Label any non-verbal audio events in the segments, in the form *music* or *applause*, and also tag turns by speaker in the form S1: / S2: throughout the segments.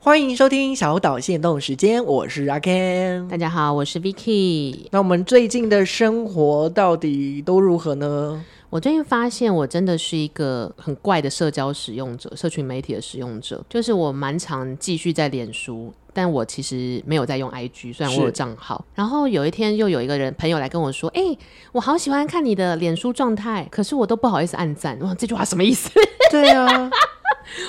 S1: 欢迎收听小岛限动时间，我是阿 Ken。
S2: 大家好，我是 Vicky。
S1: 那我们最近的生活到底都如何呢？
S2: 我最近发现，我真的是一个很怪的社交使用者，社群媒体的使用者。就是我蛮常继续在脸书，但我其实没有在用 IG，虽然我有
S1: 是
S2: 账号。然后有一天又有一个人朋友来跟我说：“哎、我好喜欢看你的脸书状态，可是我都不好意思按赞。”哇，这句话什么意思？ *laughs*
S1: 对 *laughs* 啊，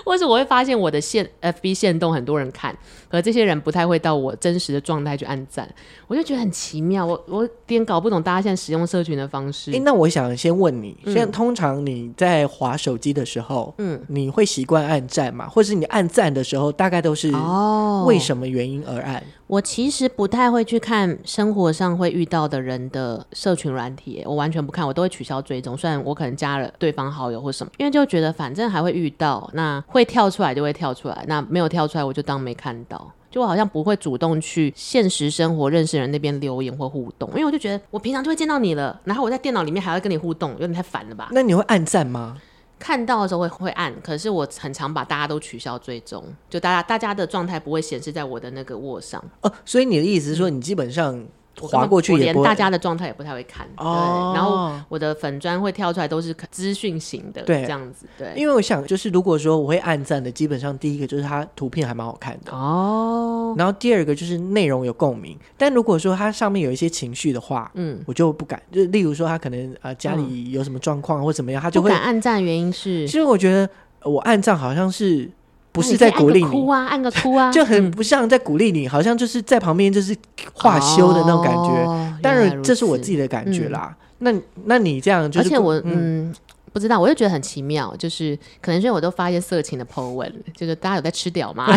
S2: 或者我会发现我的线 FB 线动很多人看，可这些人不太会到我真实的状态去按赞，我就觉得很奇妙。我我有点搞不懂大家现在使用社群的方式。
S1: 哎，那我想先问你，
S2: 嗯
S1: 现在通常你在划手机的时候，嗯，你会习惯按赞吗？或是你按赞的时候，大概都是
S2: 哦
S1: 为什么原因而按？
S2: 我其实不太会去看生活上会遇到的人的社群软体耶，我完全不看，我都会取消追踪。虽然我可能加了对方好友或什么，因为就觉得反正还会遇到，那会跳出来就会跳出来，那没有跳出来我就当没看到。就我好像不会主动去现实生活认识人那边留言或互动，因为我就觉得我平常就会见到你了，然后我在电脑里面还要跟你互动，有点太烦了吧？
S1: 那你会按赞吗？
S2: 看到的时候会会按，可是我很常把大家都取消追踪，就大家大家的状态不会显示在我的那个握上。
S1: 哦，所以你的意思是说，你基本上
S2: 我
S1: 划过去
S2: 嗯我
S1: 也
S2: 连
S1: 不会
S2: 大家的状态也不太会看。
S1: 哦
S2: 对，然后我的粉砖会跳出来都是资讯型的，
S1: 对
S2: 这样子，对。
S1: 因为我想，就是如果说我会按赞的，基本上第一个就是它图片还蛮好看的，
S2: 哦，
S1: 然后第二个就是内容有共鸣。但如果说它上面有一些情绪的话，嗯，我就不敢。就例如说他可能呃家里有什么状况或怎么样，他就
S2: 嗯不
S1: 会。
S2: 敢按赞，原因是哎
S1: 其实我觉得呃我按赞好像是不是在
S2: 那你可以
S1: 鼓励
S2: 按个哭
S1: 你，
S2: 啊，按个哭啊，
S1: *laughs* 就很不像在鼓励你，好像就是在旁边就是化修的那种感觉。
S2: 觉
S1: 当然，这是我自
S2: 己，
S1: 己的感觉啦。那那你这样就
S2: 而
S1: 是，
S2: 且我嗯。不知道，我就觉得很奇妙，就是可能是因为我都发一些色情的 po 文，就是大家有在吃屌吗？ *laughs*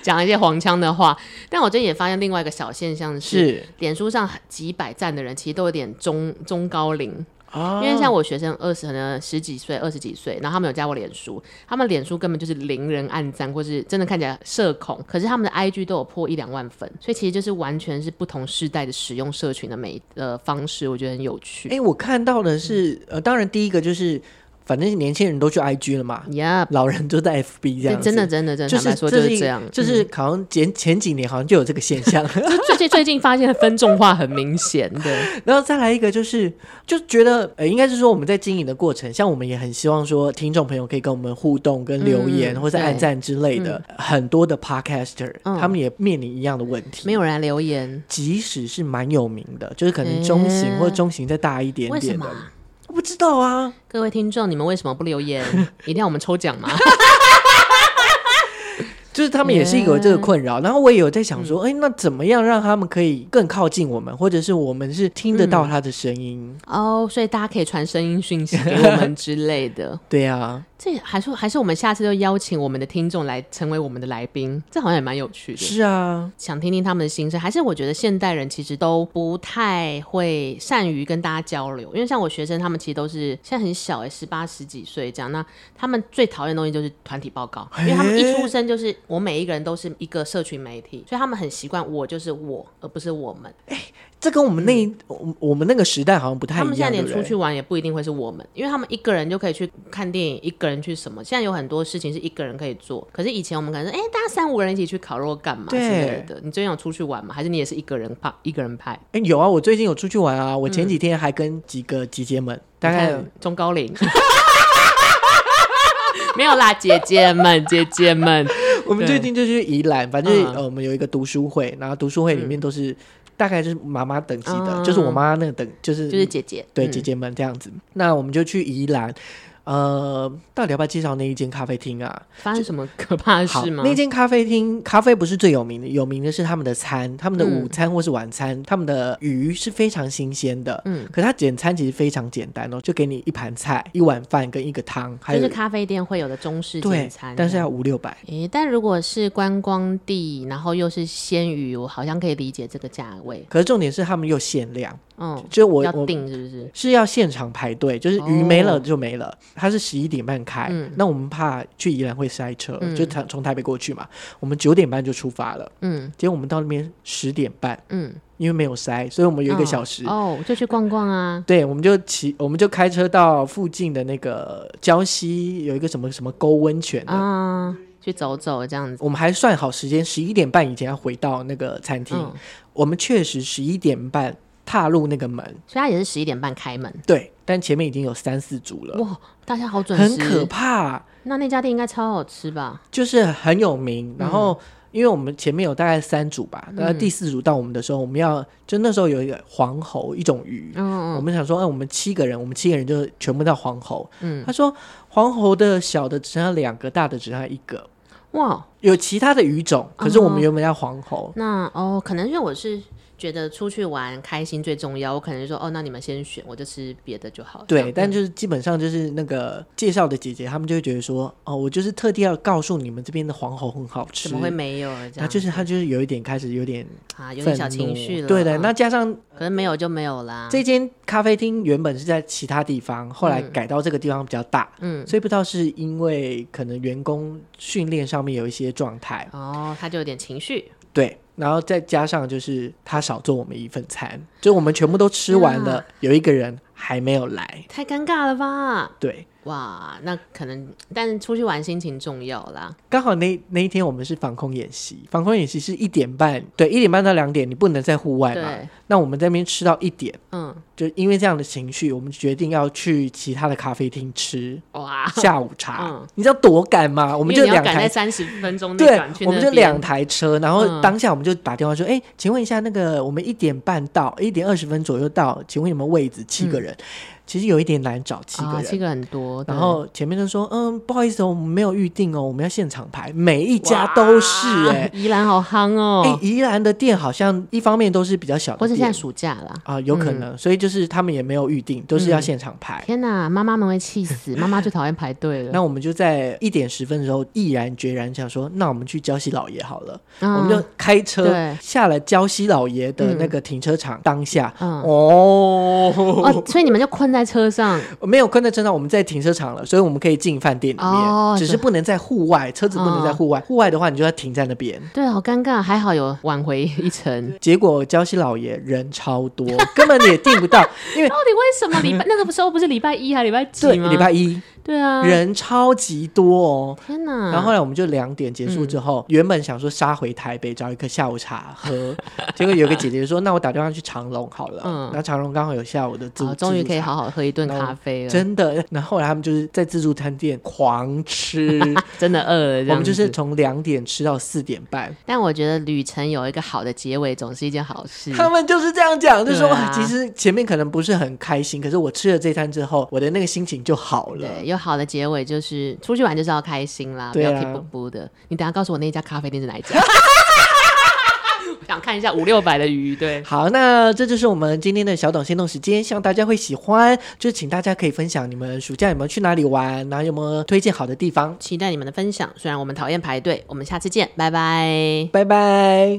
S2: 讲一些黄腔的话。但我最近也发现另外一个小现象是，
S1: 是
S2: 脸书上几百赞的人其实都有点中中高龄，
S1: 啊，
S2: 因为像我学生二十可能十几岁、二十几岁，然后他们有加我脸书，他们脸书根本就是零人暗赞，或是真的看起来社恐，可是他们的 IG 都有破一两万粉，所以其实就是完全是不同世代的使用社群的每呃方式，我觉得很有
S1: 哎、
S2: 趣。
S1: 我看到的
S2: 嗯
S1: 是，呃，当然第一个就是，反正年轻人都去 IG 了嘛，
S2: 呀、
S1: 老人就在 FB 哎这
S2: 对，
S1: 样子，
S2: 真的真的真的，
S1: 就
S2: 坦
S1: 是
S2: 白说
S1: 这
S2: 就是
S1: 一
S2: 这样，嗯
S1: 就是好像前前几年好像就有这个现象， *laughs*
S2: 就最近最近发现分众化很明显
S1: *laughs*
S2: 的，
S1: 然后再来一个就是，就觉得呃，应该是说我们在经营的过程，像我们也很希望说听众朋友可以跟我们互动、跟留言、
S2: 嗯
S1: 或者
S2: 对
S1: 按赞之类的，很多的 podcaster、
S2: 嗯
S1: 他们也面临一样的问题，
S2: 没有人来留言，
S1: 即使是蛮有名的，就是可能中型、
S2: 诶
S1: 或者中型再大一点
S2: 为什
S1: 点的
S2: 么，啊？
S1: 我不知道啊。
S2: 各位听众，你们为什么不
S1: *laughs*
S2: 留言？一定要我们抽奖吗？
S1: 就是他们也是有这个困扰，然后我也有在
S2: 嗯
S1: 想说，哎、那怎么样让他们可以更靠近我们，或者是我们是听得
S2: 嗯
S1: 到他的声音？
S2: 哦所以大家可以传声音讯息给我们之类的。
S1: 对啊，
S2: 这还是还是我们下次就邀请我们的听众来成为我们的来宾，这好像也蛮有趣的。
S1: 是啊，
S2: 想听听他们的心声，还是我觉得现代人其实都不太会善于跟大家交流，因为像我学生他们其实都是现在很小、欸，十八十几岁这样，那他们最讨厌的东西就是团体报告，因为他们一出生就是我每一个人都是一个社群媒体，所以他们很习惯我就是我，而不是我们。
S1: 这跟我们那、我我们那个时代好像不太
S2: 嗯他们
S1: 一
S2: 现在
S1: 样，对
S2: 连
S1: 不
S2: 出
S1: 对？
S2: 去玩也不一定会是我们，因为他们一个人就可以去看电影，一个人去什么。现在有很多事情是一个人可以做，可是以前我们可能是哎、大家三五个人一起去烤肉干嘛之
S1: 对
S2: 类的。你最近有出去玩吗？还是你也是一个人派一个人派？
S1: 哎、有啊，我最近有出去玩啊，我前几天还
S2: 嗯
S1: 跟几个姐姐们，大概
S2: 你看中高龄。 *laughs* 没有啦，姐姐们，姐姐们，
S1: *laughs* 我们最近就去宜兰，反正、
S2: 嗯
S1: 呃我们有一个读书会，然后读书会里面都是、大概就是妈妈等级的，
S2: 嗯
S1: 就是我妈那个等，就是
S2: 就是姐姐，
S1: 对
S2: 嗯
S1: 姐姐们这样子。那我们就去宜兰，呃，到底要不要介绍那一间咖啡厅啊？
S2: 发生什么可怕的
S1: 好，
S2: 事吗？
S1: 那间咖啡厅咖啡不是最有名的，有名的是他们的餐，他们的
S2: 嗯
S1: 午餐或是晚餐，他们的鱼是非常新鲜的。嗯，可它简餐其实非常简单哦，就给你一盘菜、一碗饭跟一个汤，还
S2: 就
S1: 有、
S2: 是咖啡店会有的中式
S1: 对
S2: 简餐，，
S1: 但是要五六百。
S2: 诶，但如果是观光地，然后又是鲜鱼，我好像可以理解这个价位。
S1: 可是重点是他们又限量，
S2: 嗯，
S1: 就我
S2: 要
S1: 我
S2: 定是不是？
S1: 是要现场排队，就是鱼没了就没了。它是十一点半开，
S2: 嗯
S1: 那我们怕去宜兰会塞车，就台从台北过去嘛，我们九点半就出发了，
S2: 嗯
S1: 结果我们到那边十点半，
S2: 嗯，
S1: 因为没有塞，所以我们有一个小时。
S2: 哦，就去逛逛啊。
S1: 对，我们就骑，我们就开车到附近的那个礁溪，有一个什么什么沟温泉的，
S2: 啊、去走走这样子。
S1: 我们还算好时间，十一点半以前要回到那个餐厅。
S2: 嗯，
S1: 我们确实十一点半踏入那个门，
S2: 所以他也是十一点半开门。
S1: 对，但前面已经有三四组了，
S2: 哇，大家好准
S1: 啊很
S2: 时，
S1: 可怕、
S2: 那那家店应该超好吃吧？
S1: 就是很有名。然后，
S2: 嗯
S1: 因为我们前面有大概三组吧，然后第四组到我们的时候，我们要就那时候有一个黄喉一种鱼，
S2: 嗯
S1: 我
S2: 嗯，
S1: 们想说，哎、我们七个人，我们七个人就全部到黄喉。
S2: 嗯
S1: 他说黄喉的小的只剩下两个，大的只剩下一个，
S2: 哇，
S1: 有其他的鱼种，可是
S2: 哦
S1: 我们原本要黄喉。
S2: 那哦，可能因为我是觉得出去玩开心最重要，我可能就说哦，那你们先选，我就吃别的就好。这样嗯
S1: 对，但就是基本上就是那个介绍的姐姐，她们就会觉得说，哦，我就是特地要告诉你们这边的黄喉很好吃。
S2: 怎么会没有了？
S1: 然
S2: 这样
S1: 后就是她就是有一点开始有点
S2: 啊，有
S1: 愤
S2: 点
S1: 怒，
S2: 小情绪了。
S1: 对的，
S2: 嗯
S1: 那加上
S2: 可能没有就没有啦。
S1: 这间咖啡厅原本是在其他地方，后来改到这个地方比较大，
S2: 嗯，
S1: 所以不知道是因为可能员工训练上面有一些状态，
S2: 哦，他就有点情绪。
S1: 对，然后再加上就是他少做我们一份餐，就我们全部都吃完了，有一个人还没有来，
S2: 太尴尬了吧？
S1: 对，
S2: 哇，那可能，但是出去玩心情重要啦。
S1: 刚好那那一天我们是防空演习，防空演习是一点半，对，一点半到两点，你不能在户外嘛，
S2: 对，
S1: 那我们在那边吃到一点，
S2: 嗯，
S1: 就因为这样的情绪，我们决定要去其他的咖啡厅
S2: *laughs*
S1: 吃。
S2: 哇，
S1: 下午茶，
S2: 啊嗯
S1: 你知道多赶吗？我们
S2: 因
S1: 就
S2: 为你要
S1: 两
S2: 赶在
S1: 台，
S2: 三十分钟内
S1: 对
S2: 转去，那
S1: 我们就
S2: 边
S1: 两台车，然后
S2: 嗯
S1: 当下我们就打电话说：“哎、请问一下，那个我们一点半到，一点二十分左右到，请问你们位置七个人？其实有一点难找七个
S2: 嗯啊，
S1: 人。
S2: 七个很多。对
S1: 然后前面就说：“嗯，不好意思哦，我们没有预定哦，我们要现场排，每一家都是
S2: 哇
S1: 哎、
S2: 宜兰好夯
S1: 哎、
S2: 哦，
S1: 宜兰的店好像一方面都是比较小
S2: 或
S1: 的
S2: 者现在嗯
S1: 店
S2: 暑假啦。
S1: 啊、有可能，所以就是他们也没有预定，都是要现场排。
S2: 天哪，妈妈们会气死，
S1: *laughs*
S2: 妈妈最讨厌排队了。
S1: 那我们就在一点十分的时候毅然决然想说，那我们去礁溪老爷好了。
S2: 嗯
S1: 我们就开车
S2: 对
S1: 下了礁溪老爷的那个停车场，当下、
S2: 嗯
S1: 哦，
S2: 哦，所以你们就困在车上，
S1: 没有跟在车上，我们在停车场了，所以我们可以进饭店里面，
S2: 哦
S1: 只是
S2: 对
S1: 不能在户外，车子不能在户外，户外的话你就要停在那边。
S2: 对，好尴尬，还好有挽回一程。
S1: 结果礁溪老爷人超
S2: *laughs*
S1: 多，根本也订不到，因为
S2: 到底为什么礼拜那个时候不是礼拜一还礼拜几
S1: 对
S2: 吗？
S1: 礼拜一
S2: 对啊，
S1: 人超级多哦。
S2: 天哪！
S1: 然后后来我们就两点结束之
S2: 嗯
S1: 后，原本想说杀回台北找一个下午茶喝，结果有个姐姐说：“那我打电话去长隆好了。
S2: 嗯
S1: 然后长隆刚好有下午的自助，
S2: 好，终于
S1: 自助
S2: 可以
S1: 餐
S2: 好好喝一顿
S1: 然后
S2: 咖啡了，
S1: 真的。然后后来他们就是在自助餐店狂
S2: *laughs*
S1: 吃，
S2: 啊真的饿了。这
S1: 我
S2: 样
S1: 们
S2: 子
S1: 就是，从两点吃到四点半。
S2: 但我觉得旅程有一个好的结尾，总是一件好事。
S1: 他们就是这样讲，就说、
S2: 嗯对
S1: 哇
S2: 啊
S1: 其实前面可能不是很开心，可是我吃了这餐之后，我的那个心情就好了。
S2: 对，有好的结尾就是出去玩就是要开心啦，不
S1: 对
S2: 要
S1: 啊
S2: keep 不不的。你等一下告诉我那一家咖啡店是哪一家， *laughs* 我想看一下五六百的鱼。对，
S1: 好，那这就是我们今天的小董心动时间，希望大家会喜欢。就请大家可以分享你们暑假有没有去哪里玩，然后有没有推荐好的地方。
S2: 期待你们的分享。虽然我们讨厌排队，我们下次见，拜拜。
S1: 拜拜。